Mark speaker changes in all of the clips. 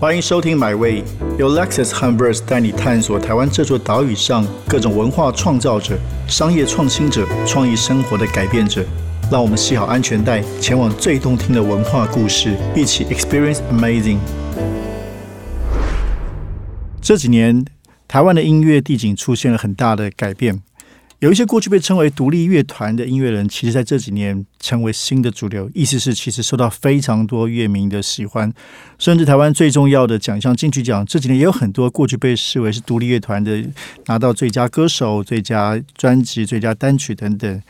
Speaker 1: 欢迎收听 My Way，由 Lexus 和 Verse 带你探索台湾这座岛屿上各种文化创造者、商业创新者、创意生活的改变者。让我们系好安全带，前往最动听的文化故事，一起 experience amazing。这几年，台湾的音乐地景出现了很大的改变。有一些过去被称为独立乐团的音乐人，其实在这几年成为新的主流。意思是，其实受到非常多乐迷的喜欢，甚至台湾最重要的奖项金曲奖，这几年也有很多过去被视为是独立乐团的拿到最佳歌手、最佳专辑、最佳单曲等等。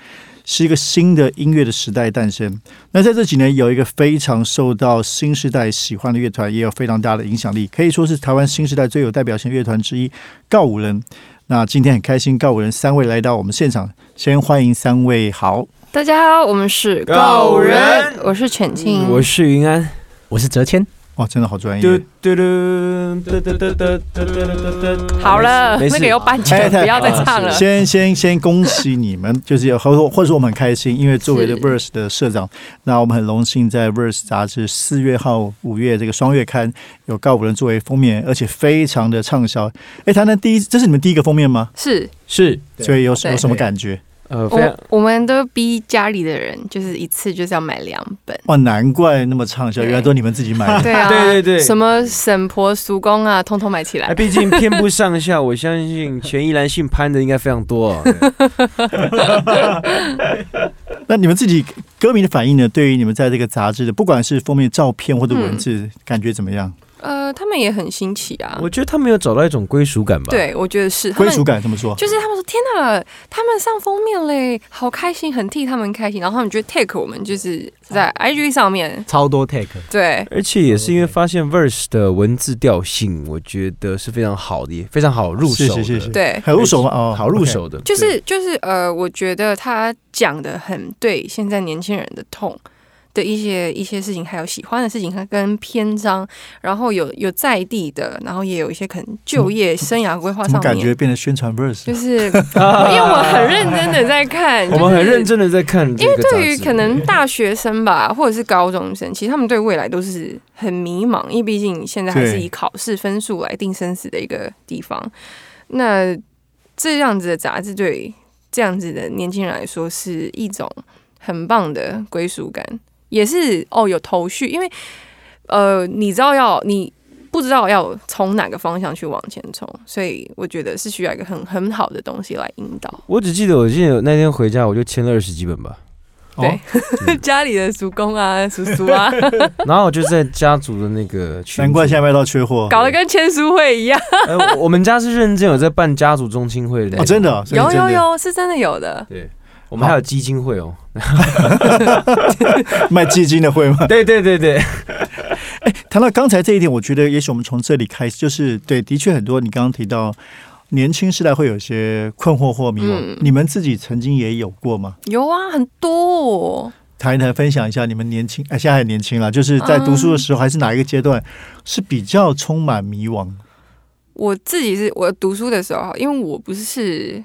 Speaker 1: 是一个新的音乐的时代诞生。那在这几年，有一个非常受到新时代喜欢的乐团，也有非常大的影响力，可以说是台湾新时代最有代表性的乐团之一——告五人。那今天很开心，告五人三位来到我们现场，先欢迎三位好。
Speaker 2: 大家好，我们是
Speaker 3: 告人
Speaker 2: 我是犬庆，
Speaker 3: 我是云安。
Speaker 4: 我是哲谦，
Speaker 1: 哇，哦真的好专
Speaker 3: 嘟
Speaker 1: 业！
Speaker 3: 嘟嘟嘟嘟嘟嘟嘟嘟嘟嘟。
Speaker 2: 好了，
Speaker 3: 没事
Speaker 2: 那个有版
Speaker 1: 哎
Speaker 2: 权，
Speaker 1: 太
Speaker 2: 不要再唱了。
Speaker 1: 先先先恭喜你们， 就是有合作，或者说我们很开心，因为作为
Speaker 2: 是
Speaker 1: The Verse 的社长，那我们很荣幸在 Verse 杂志四月号、五月这个双月刊有告五人作为封面，而且非常的畅销。哎，谈谈第一，这是你们第一个封面吗？
Speaker 2: 是
Speaker 3: 是
Speaker 4: 对
Speaker 1: 所以有什
Speaker 2: 对
Speaker 1: 有什么感觉？
Speaker 3: 呃，非常
Speaker 2: 我我们都逼家里的人，就是一次就是要买两 本。
Speaker 1: 哇，难怪那么畅销，
Speaker 2: 对
Speaker 1: 原来都你们自己买 的。
Speaker 2: 对啊，
Speaker 3: 对对对
Speaker 2: 什么沈婆、叔公啊，通通买起
Speaker 3: 哎，
Speaker 2: 来。
Speaker 3: 毕竟偏不上下，我相信全宜兰姓潘的应该非常多哦。
Speaker 1: 那你们自己歌迷的反应呢？对于你们在这个杂志的，不管是封面照片或者文字，
Speaker 2: 嗯
Speaker 1: 感觉怎么样？
Speaker 2: 呃，他们也很新奇啊。
Speaker 3: 我觉得他们有找到一种归属感吧。，
Speaker 2: 对，我觉得是他
Speaker 1: 归
Speaker 2: 们
Speaker 1: 属感这么说？
Speaker 2: 就是他们说天哪，他们上封面嘞，好开心，很替他们开心。然后他们就 take 我们，就是
Speaker 3: 啊
Speaker 2: 在 IG 上面，
Speaker 4: 超多 take，
Speaker 2: 对，
Speaker 3: 而且也是因为发现 verse 的文字调性，我觉得是非常好的，也非常好入手的，
Speaker 1: 是是是是
Speaker 2: 对
Speaker 1: 很入手吗？哦，
Speaker 3: 好入
Speaker 1: OK。
Speaker 3: 手的，
Speaker 2: 就是就是呃，我觉得他讲的很对，现在年轻人的痛的一些一些事情，还有喜欢的事情，他跟篇章，然后有有在地的，然后也有一些可能就业、生涯规划
Speaker 1: 怎么
Speaker 2: 上
Speaker 1: 感觉
Speaker 2: 面，
Speaker 1: 变成宣传 verse？
Speaker 2: 就是因为我很认真的在看，
Speaker 3: 我们很
Speaker 2: 真。
Speaker 3: 认真的在看这
Speaker 2: 因为
Speaker 3: 个杂志，
Speaker 2: 对于可能大学生吧， 或者是高中生，其实他们对未来都是很迷茫，因为毕竟现在还是
Speaker 1: 对
Speaker 2: 以考试分数来定生死的一个地方。那这样子的杂志对这样子的年轻人来说是一种很棒的归属感，也是哦有头绪，因为呃你知道要你。不知道要从哪个方向去往前冲，所以我觉得是需要一个很很好的东西来引导。
Speaker 3: 我只记得我记得那天回家我就签了二十几本吧，
Speaker 2: 对， 家里的叔公啊、叔叔啊，
Speaker 3: 然后我就在家族的那个群组，
Speaker 1: 难怪现在卖到缺货。哦
Speaker 2: 搞得跟签书会一样。
Speaker 3: 呃，我我们家是认真有在办家族中亲会的那
Speaker 1: 哦，
Speaker 3: 种，
Speaker 1: 真的哦，所以
Speaker 2: 有
Speaker 1: 真
Speaker 2: 有
Speaker 1: 的
Speaker 2: 有，是真的有的。
Speaker 3: 对，我们还有基金会哦。
Speaker 1: 卖基金的会吗？
Speaker 3: 对对对对，
Speaker 1: 谈到刚才这一点，我觉得也许我们从这里开始，就是对，的确很多你刚刚提到年轻时代会有一些困惑或迷惘，
Speaker 2: 嗯
Speaker 1: 你们自己曾经也有过吗？
Speaker 2: 有啊，很多、哦。
Speaker 1: 谈一谈，分享一下你们年轻，哎，现在很年轻了，就是在读书的时候，还是哪一个阶段是比较充满迷惘？
Speaker 2: 我自己是我读书的时候，因为我不是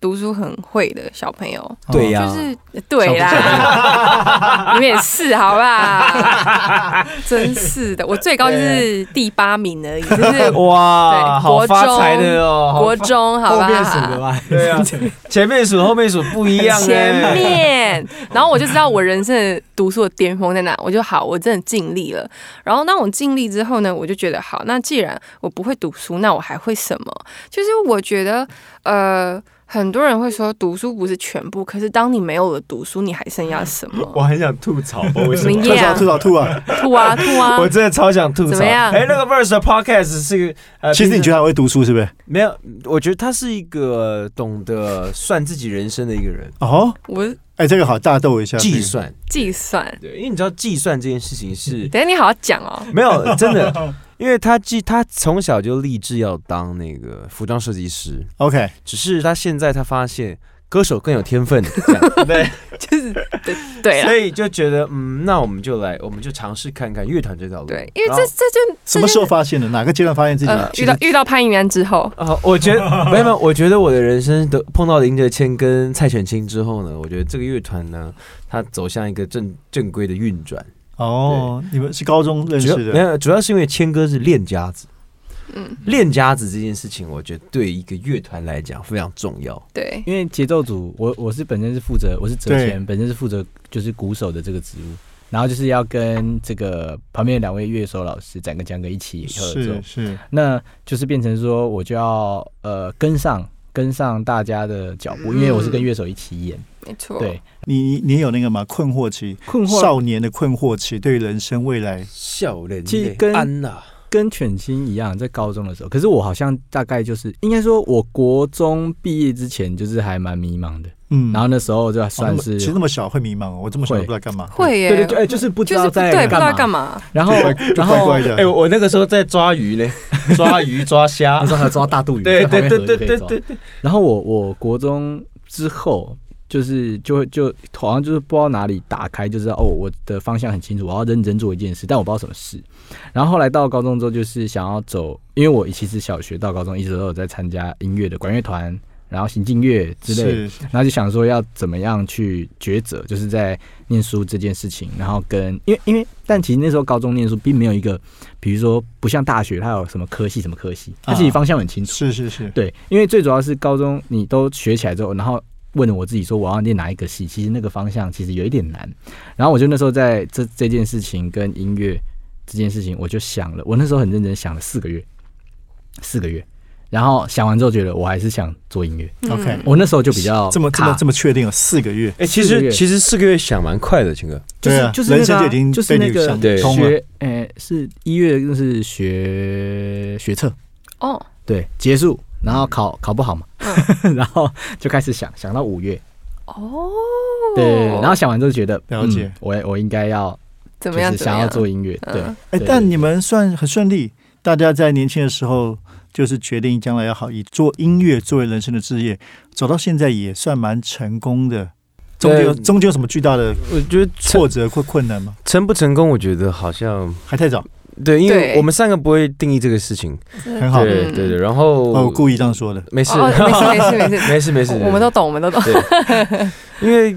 Speaker 2: 读书很会的小朋友，
Speaker 1: 哦
Speaker 3: 对呀
Speaker 2: 就是对啦，你们也是好吧？真是的，我最高就是第八名而已，就是
Speaker 3: 哇，
Speaker 2: 对
Speaker 3: 好
Speaker 2: 国
Speaker 3: 发财的
Speaker 2: 国
Speaker 3: 哦，
Speaker 2: 中，好
Speaker 4: 后
Speaker 2: 吧？
Speaker 4: 面数的吧？
Speaker 3: 对啊，前面数后面数不一样
Speaker 2: 前
Speaker 3: 哎，
Speaker 2: 面， 然后我就知道我人生的读书的巅峰在哪，我就好，我真的尽力了。然后当我尽力之后呢，我就觉得好，那既然我不会读书，那我还会什么？就是我觉得，呃，很多人会说读书不是全部，可是当你没有了读书，你还剩下什么？
Speaker 4: 很想吐槽，我为
Speaker 2: 什么
Speaker 1: 吐槽
Speaker 2: Yeah
Speaker 1: 吐槽吐 啊！
Speaker 2: 吐啊吐啊！
Speaker 3: 我真的超想吐
Speaker 2: 怎么
Speaker 3: 槽。
Speaker 2: 样
Speaker 3: 哎，那个 Verse 的 Podcast 是呃，
Speaker 1: 其实你觉得还会读书是不是？
Speaker 3: 没有？我觉得他是一个懂得算自己人生的一个人，
Speaker 1: 哦，
Speaker 2: 我
Speaker 1: 哎，这个好大斗一下，
Speaker 3: 计算。
Speaker 2: 计算，
Speaker 3: 对，因为你知道计算这件事情是
Speaker 2: 等一下你好好讲 哦。
Speaker 3: 没有真的， 因为他既他从小就立志要当那个服装设计师，
Speaker 1: OK，
Speaker 3: 只是他现在他发现歌手更有天 分，这样对，
Speaker 2: 就是对对啊了
Speaker 3: 所，以就觉得嗯，那我们就来，我们就尝试看看乐团这条路。
Speaker 2: 对，因为
Speaker 3: 然
Speaker 2: 这
Speaker 3: 后
Speaker 2: 这就
Speaker 1: 什么时候发现的？哪个阶段发现自己
Speaker 2: 呃
Speaker 1: 其
Speaker 2: 遇
Speaker 1: 实
Speaker 2: 到遇到潘云安之后，
Speaker 3: 啊，我觉得 没有没有，我觉得我的人生的碰到林哲谦跟蔡犬青之后呢，我觉得这个乐团呢，它走向一个正正规的运转。
Speaker 1: 哦，你们是高中认
Speaker 3: 主
Speaker 1: 识
Speaker 3: 要没
Speaker 1: 的，
Speaker 3: 有，主要是因为谦哥是练家子，
Speaker 2: 嗯，
Speaker 3: 练家子这件事情，我觉得对一个乐团来讲非常重要。
Speaker 2: 对，
Speaker 4: 因为节奏组，我我是本身是负责，我是哲
Speaker 1: 对
Speaker 4: 前，本身是负责就是鼓手的这个职务，然后就是要跟这个旁边的两位乐手老师展跟江哥一起合作
Speaker 1: 是，是，
Speaker 4: 那就是变成说我就要呃跟上跟上大家的脚步，因为我是跟乐手一起演，
Speaker 2: 没错，
Speaker 4: 对，
Speaker 1: 你你你有那个吗？困惑期，
Speaker 4: 困惑
Speaker 1: 少年的困惑期，对于人生未来，
Speaker 3: 笑脸
Speaker 4: 其实跟
Speaker 3: 安呐，
Speaker 4: 跟犬青一样，在高中的时候，可是我好像大概就是应该说，我国中毕业之前就是还蛮迷茫的，
Speaker 1: 嗯
Speaker 4: 然后那时候就
Speaker 1: 哦那
Speaker 4: 算
Speaker 1: 么
Speaker 4: 是
Speaker 1: 其实那么小会迷茫哦，我这么小
Speaker 4: 会
Speaker 1: 不知道干嘛，
Speaker 2: 会耶，
Speaker 4: 对对对，哎就是不知
Speaker 2: 就
Speaker 4: 道
Speaker 2: 是
Speaker 4: 在
Speaker 2: 对，不知道干
Speaker 4: 嘛，
Speaker 2: 嘛，
Speaker 4: 然后
Speaker 1: 就乖就
Speaker 4: 然
Speaker 1: 乖
Speaker 4: 后
Speaker 1: 乖的。
Speaker 3: 哎、我我那个时候在抓鱼嘞，抓鱼抓 虾
Speaker 4: 那，时候还抓大肚鱼，
Speaker 3: 对
Speaker 4: 在
Speaker 3: 对
Speaker 4: 旁边
Speaker 3: 对
Speaker 4: 河
Speaker 3: 对
Speaker 4: 就可以
Speaker 3: 对
Speaker 4: 抓
Speaker 3: 对对，
Speaker 4: 然后我我国中之后就是就会就好像就是不知道哪里打开，就知道哦我的方向很清楚，我要认真做一件事，但我不知道什么事。然后后来到高中之后，就是想要走，因为我其实小学到高中一直都有在参加音乐的管乐团，然后行进乐之类的，
Speaker 1: 是
Speaker 4: 然后就想说要怎么样去抉择，就是在念书这件事情，然后跟因为因为但其实那时候高中念书并没有一个，比如说不像大学它有什么科系什么科系，它自己
Speaker 1: 啊
Speaker 4: 方向很清楚。
Speaker 1: 是是是，
Speaker 4: 对，因为最主要是高中你都学起来之后，然后问我自己说我要念哪一个系，其实那个方向其实有一点难。然后我就那时候在这这件事情跟音乐这件事情，我就想了，我那时候很认真想了四个月，四个月。然后想完之后，觉得我还是想做音乐。
Speaker 2: 嗯
Speaker 1: OK
Speaker 4: 我那时候就比较
Speaker 1: 这么这么
Speaker 4: 卡
Speaker 1: 这么确定哦，四个月，
Speaker 3: 哎、其
Speaker 4: 四个
Speaker 3: 实
Speaker 4: 月
Speaker 3: 其实四个月想蛮快的，秦哥，
Speaker 4: 就是、
Speaker 1: 对啊
Speaker 4: 就是那
Speaker 1: 人
Speaker 4: 个
Speaker 1: 生
Speaker 4: 啊、
Speaker 1: 就已经
Speaker 4: 就是
Speaker 1: 被
Speaker 4: 那
Speaker 1: 你
Speaker 4: 个
Speaker 1: 想
Speaker 3: 对
Speaker 1: 通了
Speaker 4: 学，诶、是一月就是学学测，
Speaker 2: 哦，
Speaker 4: 对，结束，然后考考不好嘛，
Speaker 2: 嗯
Speaker 4: 然后就开始想想到五月，
Speaker 2: 哦，
Speaker 4: 对，然后想完之后觉得
Speaker 1: 了解
Speaker 4: 嗯我我应该要
Speaker 2: 怎
Speaker 4: 就
Speaker 2: 么样？
Speaker 4: 是
Speaker 2: 怎么
Speaker 4: 想要
Speaker 2: 样？
Speaker 4: 做音乐，
Speaker 2: 嗯
Speaker 4: 对
Speaker 2: 哎，
Speaker 1: 哎
Speaker 4: 对，
Speaker 1: 但你们算很顺利，大家在年轻的时候就是决定将来要好以做音乐作为人生的职业，走到现在也算蛮成功的。中间有
Speaker 3: 对
Speaker 1: 中间有什么巨大的
Speaker 3: 我觉得
Speaker 1: 挫折或困难吗？
Speaker 3: 成不成功，我觉得好像
Speaker 1: 还太早，
Speaker 3: 对，因为
Speaker 2: 对
Speaker 3: 我们三个不会定义这个事情，
Speaker 1: 很好，
Speaker 3: 对
Speaker 2: 嗯
Speaker 3: 对对，然后、
Speaker 1: 哦我故意这样说的。
Speaker 3: 没事、
Speaker 2: 哦没事没事没事
Speaker 3: 没事没事，
Speaker 2: 我我们都懂，我们都懂。
Speaker 3: 对，因为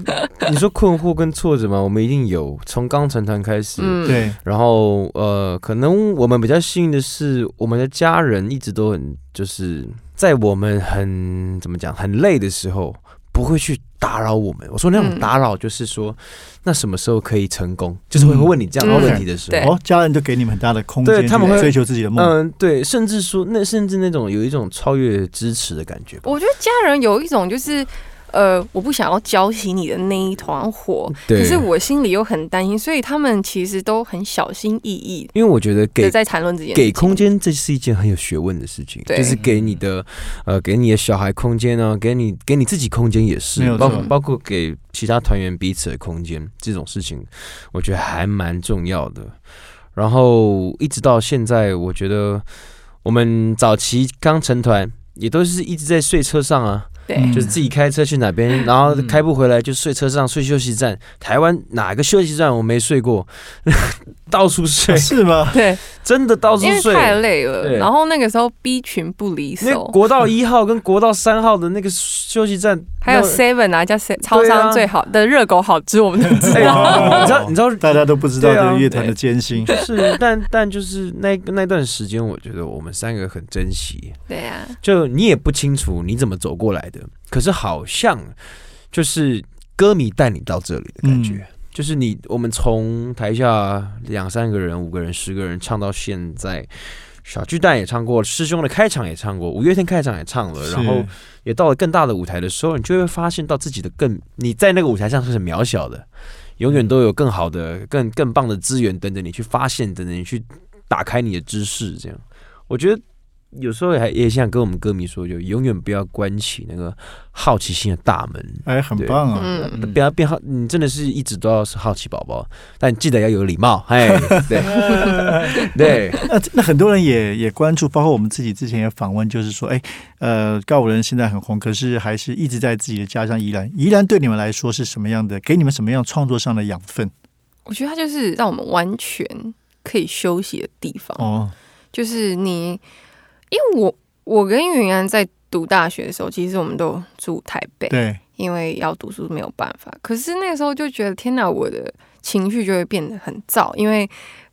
Speaker 3: 你说困惑跟挫折嘛，我们一定有，从刚成团开始，
Speaker 2: 嗯，
Speaker 1: 对，
Speaker 3: 然后呃，可能我们比较幸运的是，我们的家人一直都很，就是在我们很怎么讲，很累的时候，不会去打扰我们。我说那种
Speaker 2: 嗯
Speaker 3: 打扰，就是说、那什么时候可以成功，就是会
Speaker 1: 嗯
Speaker 3: 问你这样的问题的时候。
Speaker 2: 对
Speaker 1: 哦，家人就给你们很大的空
Speaker 3: 对
Speaker 1: 间，
Speaker 3: 他们会
Speaker 1: 追求自己的梦。
Speaker 3: 嗯，对，甚至说那甚至那种有一种超越支持的感觉吧。
Speaker 2: 我觉得家人有一种就是，呃，我不想要浇熄你的那一团火，
Speaker 3: 对
Speaker 2: 可是我心里又很担心，所以他们其实都很小心翼翼
Speaker 3: 因为我觉得给
Speaker 2: 的在谈论这件事情
Speaker 3: 给空，间，这是一件很有学问的事情，
Speaker 2: 对嗯
Speaker 3: 就是给你的呃，给你的小孩空间呢、给你给你自己空间也
Speaker 1: 没
Speaker 3: 是，
Speaker 1: 有
Speaker 3: 包
Speaker 1: 错
Speaker 3: 包括给其他团员彼此的空间这种事情，我觉得还蛮重要的。然后一直到现在，我觉得我们早期刚成团。也都是一直在睡车上啊，
Speaker 2: 对，
Speaker 1: 嗯
Speaker 3: 就是自己开车去哪边，然后
Speaker 4: 嗯
Speaker 3: 开不回来就睡车上，睡休息站。台湾哪个休息站我没睡过？到处睡，
Speaker 1: 是 吗？
Speaker 2: 对，
Speaker 3: 真的到处
Speaker 2: 因为
Speaker 3: 睡。
Speaker 2: 太累了，
Speaker 3: 对
Speaker 2: 然后那个时候 B 群不离
Speaker 3: 因为
Speaker 2: 手，
Speaker 3: 国道一号跟国道三号的那个休息站，
Speaker 2: 还有
Speaker 3: 那
Speaker 2: Seven 啊，加 Se 超商最好的热狗好吃，我们都知
Speaker 3: 哎
Speaker 2: 道。
Speaker 1: 哇
Speaker 3: 你知道你知道
Speaker 1: 哦大家都不知道
Speaker 3: 对
Speaker 1: 这
Speaker 3: 啊
Speaker 1: 个乐团的艰辛
Speaker 3: 就。是，但但就是那那段时间，我觉得我们三个很珍惜。
Speaker 2: 对啊，
Speaker 3: 就你也不清楚你怎么走过来的，可是好像就是歌迷带你到这里的感觉。
Speaker 1: 嗯
Speaker 3: 就是你，我们从台下两三个人、五个人、十个人唱到现在，小巨蛋也唱过，师兄的开场也唱过，五月天开场也唱了，
Speaker 1: 是
Speaker 3: 然后也到了更大的舞台的时候，你就会发现到自己的更你在那个舞台上是很渺小的，永远都有更好的、更更棒的资源等着你去发现，等着你去打开你的知识。这样，我觉得有时候还也想跟我们歌迷说，就永远不要关起那个好奇心的大门。
Speaker 1: 哎，很棒啊！
Speaker 2: 嗯，
Speaker 4: 嗯
Speaker 3: 不要变好，你真的是一直都要是好奇宝宝，但记得要有礼貌，哎，对对，
Speaker 1: 那那很多人也也关注，包括我们自己之前也访问，就是说，哎，呃，告五人现在很红，可是还是一直在自己的家乡宜兰。宜兰对你们来说是什么样的？给你们什么样创作上的养分？
Speaker 2: 我觉得它就是让我们完全可以休息的地方。
Speaker 1: 哦，
Speaker 2: 就是你，因为我我跟云安在读大学的时候，其实我们都住台北，
Speaker 1: 对，
Speaker 2: 因为要读书没有办法。可是那个时候就觉得，天哪，我的情绪就会变得很燥，因为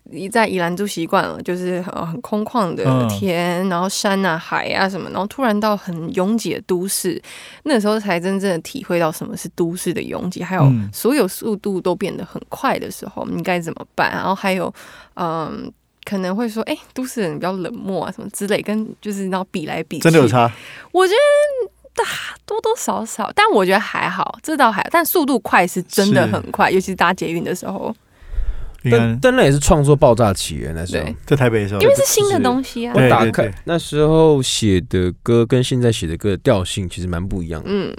Speaker 2: 你在宜兰住习惯了，就是呃很空旷的
Speaker 1: 嗯
Speaker 2: 田，然后山啊、海啊什么，然后突然到很拥挤的都市，那时候才真正的体会到什么是都市的拥挤，还有
Speaker 1: 嗯
Speaker 2: 所有速度都变得很快的时候，你该怎么办？然后还有，嗯。可能会说，哎、都市人比较冷漠啊，什么之类，跟就是然后比来比去，
Speaker 1: 真的有差，
Speaker 2: 我觉得大多多少少，但我觉得还好，这倒还好，但速度快是真的
Speaker 1: 是
Speaker 2: 很快，尤其是搭捷运的时候，
Speaker 1: 应
Speaker 3: 但
Speaker 1: 该
Speaker 3: 但那也是创作爆炸起源那时候
Speaker 2: 对。
Speaker 1: 在台北的时候
Speaker 2: 因，为是新的东西啊
Speaker 1: 就。
Speaker 3: 我
Speaker 1: 是
Speaker 3: 打
Speaker 1: 对对
Speaker 3: 开
Speaker 1: 对
Speaker 3: 那时候写的歌跟现在写的歌的调性其实蛮不一样的，
Speaker 2: 嗯，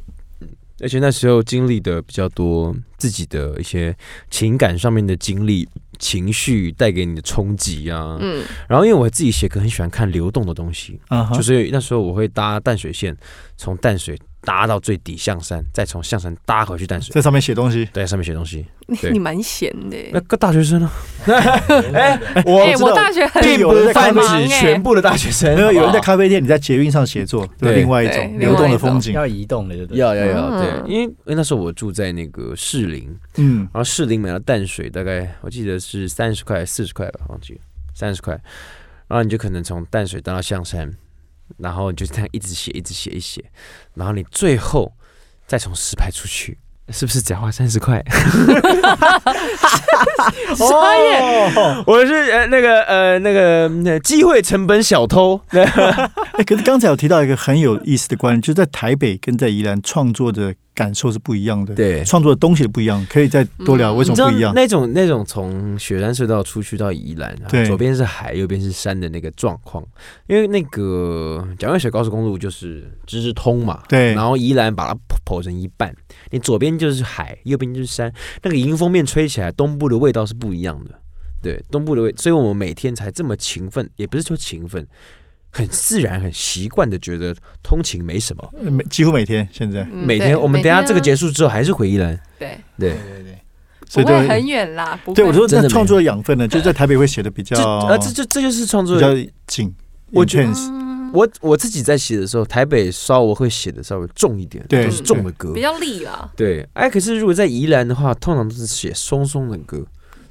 Speaker 3: 而且那时候经历的比较多自己的一些情感上面的经历、情绪带给你的冲击啊。
Speaker 2: 嗯，
Speaker 3: 然后因为我自己写歌很喜欢看流动的东西，
Speaker 1: 啊哈，
Speaker 3: 就是那时候我会搭淡水线，从淡水搭到最底象山，再从象山搭回去淡水，
Speaker 1: 在上面写东西，
Speaker 3: 在上面写东西。
Speaker 2: 你
Speaker 3: 对
Speaker 2: 你蛮闲的欸。
Speaker 3: 那个大学生呢？哎，
Speaker 2: 哎、
Speaker 1: 我知
Speaker 2: 我
Speaker 1: 道
Speaker 2: 大学很
Speaker 1: 并
Speaker 3: 并
Speaker 1: 有
Speaker 3: 不
Speaker 1: 人在咖
Speaker 3: 泛
Speaker 1: 啡
Speaker 2: 很忙
Speaker 3: 指
Speaker 2: 欸
Speaker 3: 全部的大 学生， 哦
Speaker 1: 没有有人在
Speaker 3: 好
Speaker 1: 咖啡店，你在捷运上写作，这是
Speaker 3: 对
Speaker 1: 另外一
Speaker 2: 对
Speaker 1: 种
Speaker 2: 另
Speaker 1: 流
Speaker 2: 外
Speaker 1: 动
Speaker 2: 一
Speaker 1: 的
Speaker 2: 种
Speaker 1: 风景。
Speaker 4: 要移动的，对不
Speaker 3: 不好
Speaker 4: 对？
Speaker 3: 要要要，
Speaker 2: 嗯
Speaker 3: 对，因为因为那时候我住在那个士林，
Speaker 1: 嗯，
Speaker 3: 然后士林买了淡水，大概我记得是三十块、四十块吧，忘记了三十块。然后你就可能从淡水搭到象山，然后你就这样一直写、一直写、一直写，然后你最后再从石牌出去，是不是只要花三十块？
Speaker 4: 哦，
Speaker 3: 我是呃那个呃那个那机会成本小偷，
Speaker 1: 哎，可是刚才有提到一个很有意思的观点，就是在台北跟在宜兰创作的感受是不一样的，
Speaker 3: 对
Speaker 1: 创作的东西不一样，可以再多聊
Speaker 2: 嗯
Speaker 1: 为什
Speaker 3: 你
Speaker 1: 么
Speaker 3: 知道
Speaker 1: 不一样？
Speaker 3: 那种那种从雪山隧道出去到宜兰，然后
Speaker 1: 对
Speaker 3: 左边是海，右边是山的那个状况，因为那个蒋万水高速公路就是直直通嘛，
Speaker 1: 对
Speaker 3: 然后宜兰把它剖剖成一半，你左边就是海，右边就是山，那个迎风面吹起来，东部的味道是不一样的，对，东部的味，所以我们每天才这么勤奋，也不是说勤奋。很自然、很习惯的觉得通勤没什么。
Speaker 1: 每几乎每天现在，
Speaker 2: 嗯
Speaker 3: 每
Speaker 2: 对
Speaker 3: 天我们
Speaker 2: 每
Speaker 3: 等一下
Speaker 2: 啊
Speaker 3: 这个结束之后还是回宜兰，
Speaker 2: 对，
Speaker 3: 对，
Speaker 4: 对对，
Speaker 1: 所以
Speaker 2: 不
Speaker 1: 就
Speaker 2: 会很远啦，不会。
Speaker 1: 对我说
Speaker 3: 真
Speaker 1: 那
Speaker 3: 的没
Speaker 1: 创作的养分呢，就是在台北会写的比较
Speaker 3: 这啊这这这就是创
Speaker 1: 比
Speaker 3: 作
Speaker 1: 较紧，
Speaker 3: 我觉
Speaker 1: intense
Speaker 2: 嗯
Speaker 3: 我我自己在写的时候，台北稍微会写的稍微重一点，
Speaker 1: 对
Speaker 3: 都是重的歌
Speaker 2: 比。较利啦，
Speaker 3: 对，哎，可是如果在宜兰的话，通常都是写松松的歌，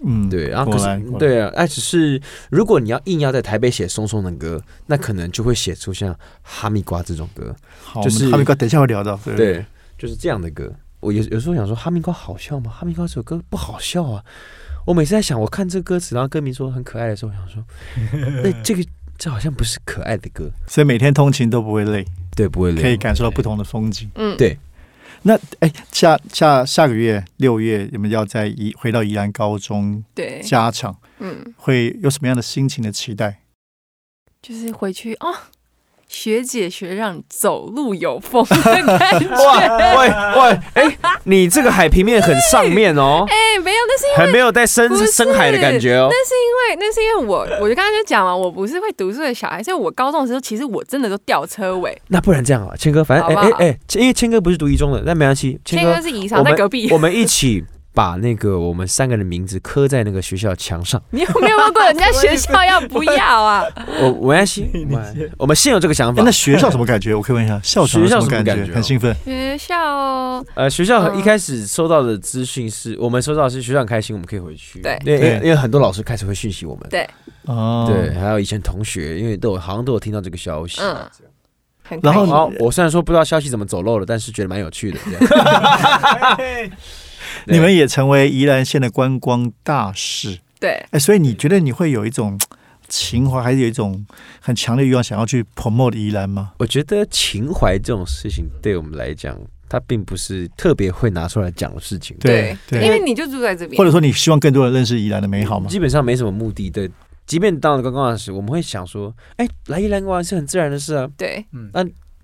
Speaker 1: 嗯，
Speaker 3: 对，然后
Speaker 1: 果
Speaker 3: 可是
Speaker 1: 然果然
Speaker 3: 对啊，哎，只是如果你要硬要在台北写松松的歌，那可能就会写出像哈密瓜这种歌，
Speaker 1: 好，
Speaker 3: 就
Speaker 1: 就是是他们等一下会聊到，对，
Speaker 3: 对，就是这样的歌。我有有时候想说，哈密瓜好笑吗？哈密瓜这首歌不好笑啊。我每次在想，我看这歌词，然后歌名说很可爱的时候，我 想说，那这个这好像不是可爱的歌，
Speaker 1: 所以每天通勤都不会累，
Speaker 3: 对，不会
Speaker 1: 可以
Speaker 3: 累。
Speaker 1: 感受到不同的风景。
Speaker 2: 嗯，
Speaker 3: 对
Speaker 1: 哎，下下下个月六月，你们要在宜回到宜兰高中
Speaker 2: 对，
Speaker 1: 加场，
Speaker 2: 嗯，
Speaker 1: 会有什么样的心情的期待？
Speaker 2: 就是回去哦，学姐学让走路有风的感觉。
Speaker 3: 哇喂喂，哎、你这个海平面很上面哦，
Speaker 2: 哎、没有，那是因为
Speaker 3: 很没有在深
Speaker 2: 不是
Speaker 3: 深海的感觉哦。
Speaker 2: 那是因为那是因为我，我就刚刚就讲了，我不是会读书的小孩，所以我高中的时候其实我真的都吊车尾。
Speaker 3: 那不然这样啊，谦哥，反正哎
Speaker 2: 好不
Speaker 3: 哎
Speaker 2: 好
Speaker 3: 哎，因为谦哥不是读一中的，但没关系，谦
Speaker 2: 谦
Speaker 3: 哥
Speaker 2: 哥是以上
Speaker 3: 我们
Speaker 2: 在隔壁，
Speaker 3: 我们一起把那个我们三个人的名字刻在那个学校墙 上。
Speaker 2: 你有没有问过人家学校要不要啊？
Speaker 3: 我 没关系，我们我们先有这个想
Speaker 1: 哎
Speaker 3: 法
Speaker 1: 那。学校什么感觉？我可以问一下，校长有
Speaker 3: 学校
Speaker 1: 什么
Speaker 3: 什么
Speaker 1: 感
Speaker 3: 感
Speaker 1: 觉？
Speaker 3: 觉哦
Speaker 1: 很兴奋，
Speaker 2: 学校
Speaker 3: 呃，学校
Speaker 2: 嗯
Speaker 3: 一开始收到的资讯是我们收到的是学校很开心，我们可以回去。
Speaker 2: 对
Speaker 3: 因为因为
Speaker 1: 对
Speaker 3: 因为很多老师开始会讯息我们。
Speaker 2: 对
Speaker 1: 哦，
Speaker 3: 对，，还有以前同学，因为都有好像都有听到这个消息。
Speaker 2: 嗯很
Speaker 1: 然后
Speaker 2: 开
Speaker 3: 然
Speaker 2: 心
Speaker 3: 后我虽然说不知道消息怎么走漏了，但是觉得蛮有趣的。这样对
Speaker 1: 你们也成为宜兰县的观光大使，
Speaker 2: 对
Speaker 1: 哎，所以你觉得你会有一种情怀，还是有一种很强烈的欲望想要去 promote 宜兰吗？
Speaker 3: 我觉得情怀这种事情对我们来讲，它并不是特别会拿出来讲的事情，
Speaker 1: 对对
Speaker 2: 因为你就住在这边，
Speaker 1: 或者说你希望更多人认识宜兰的美好吗？
Speaker 3: 基本上没什么目的的。即便到了刚刚的时，我们会想说，哎、来宜兰玩是很自然的事啊。
Speaker 2: 对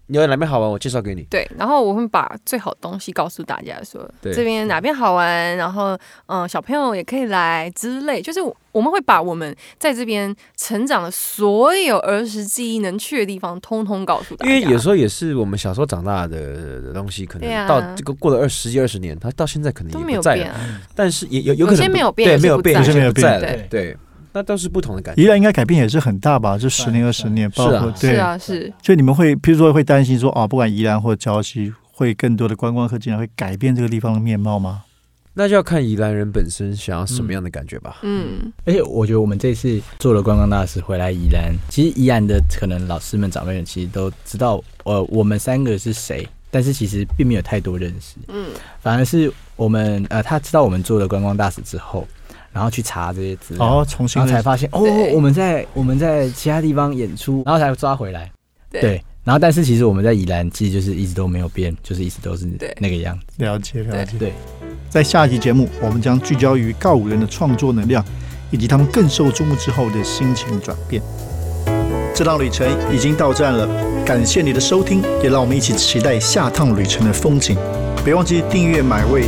Speaker 3: 你有哪边好玩，我介绍给你。
Speaker 2: 对，然后我会把最好的东西告诉大家说，
Speaker 3: 对
Speaker 2: 这边哪边好玩，然后嗯、呃小朋友也可以来之类，就是我我们会把我们在这边成长的所有儿时记忆能去的地方，通通告诉大
Speaker 3: 因
Speaker 2: 家。
Speaker 3: 为有时候也是我们小时候长大的的东西，可
Speaker 2: 对啊
Speaker 3: 能到这个过了二十几二十年，它到现在可能
Speaker 2: 都
Speaker 3: 也
Speaker 2: 没
Speaker 3: 不
Speaker 2: 有
Speaker 3: 在
Speaker 2: 变
Speaker 3: 了。
Speaker 2: 啊，
Speaker 3: 但是也有有
Speaker 2: 有
Speaker 3: 可能
Speaker 2: 些没有
Speaker 3: 不
Speaker 2: 变
Speaker 3: 对，
Speaker 2: 有些
Speaker 3: 没有
Speaker 2: 不
Speaker 3: 变，
Speaker 2: 在
Speaker 3: 些
Speaker 1: 了
Speaker 3: 没有不在
Speaker 1: 有些
Speaker 2: 没有
Speaker 3: 了。对，那都是不同的感觉。
Speaker 1: 宜兰应该改变也是很大吧，就十年
Speaker 4: 算
Speaker 1: 二十年，
Speaker 3: 是
Speaker 1: 包
Speaker 3: 啊
Speaker 1: 括
Speaker 3: 是
Speaker 1: 对
Speaker 2: 是啊是，
Speaker 1: 哦就你们会，譬如说会担心说啊，不管宜兰或礁溪，会会更多的观光客进来，会改变这个地方的面貌吗？
Speaker 3: 那就要看宜兰人本身想要什么样的感觉吧。
Speaker 2: 嗯，
Speaker 4: 而且我觉得我们这次做了观光大使回来宜兰，其实宜兰的可能老师们长辈们其实都知道，呃，我们三个是谁，但是其实并没有太多认识。
Speaker 2: 嗯，
Speaker 4: 反而是我们呃，他知道我们做了观光大使之后，然后去查这些资料，
Speaker 1: 哦，重新
Speaker 4: 然后才
Speaker 1: 的
Speaker 4: 发现哦
Speaker 2: 对，
Speaker 4: 我们在我们在其他地方演出，然后才哦抓回来。
Speaker 2: 对
Speaker 4: 然后但是其实我们在宜兰其实就是一直都没有变，就是一直都是
Speaker 2: 对
Speaker 4: 那个样子。
Speaker 1: 了解了解。
Speaker 4: 对，
Speaker 1: 在下一集节目，我们将聚焦于告五人的创作能量，以及他们更受注目之后的心情转变。这趟旅程已经到站了，感谢你的收听，也让我们一起期待下趟旅程的风景。别忘记订阅买位。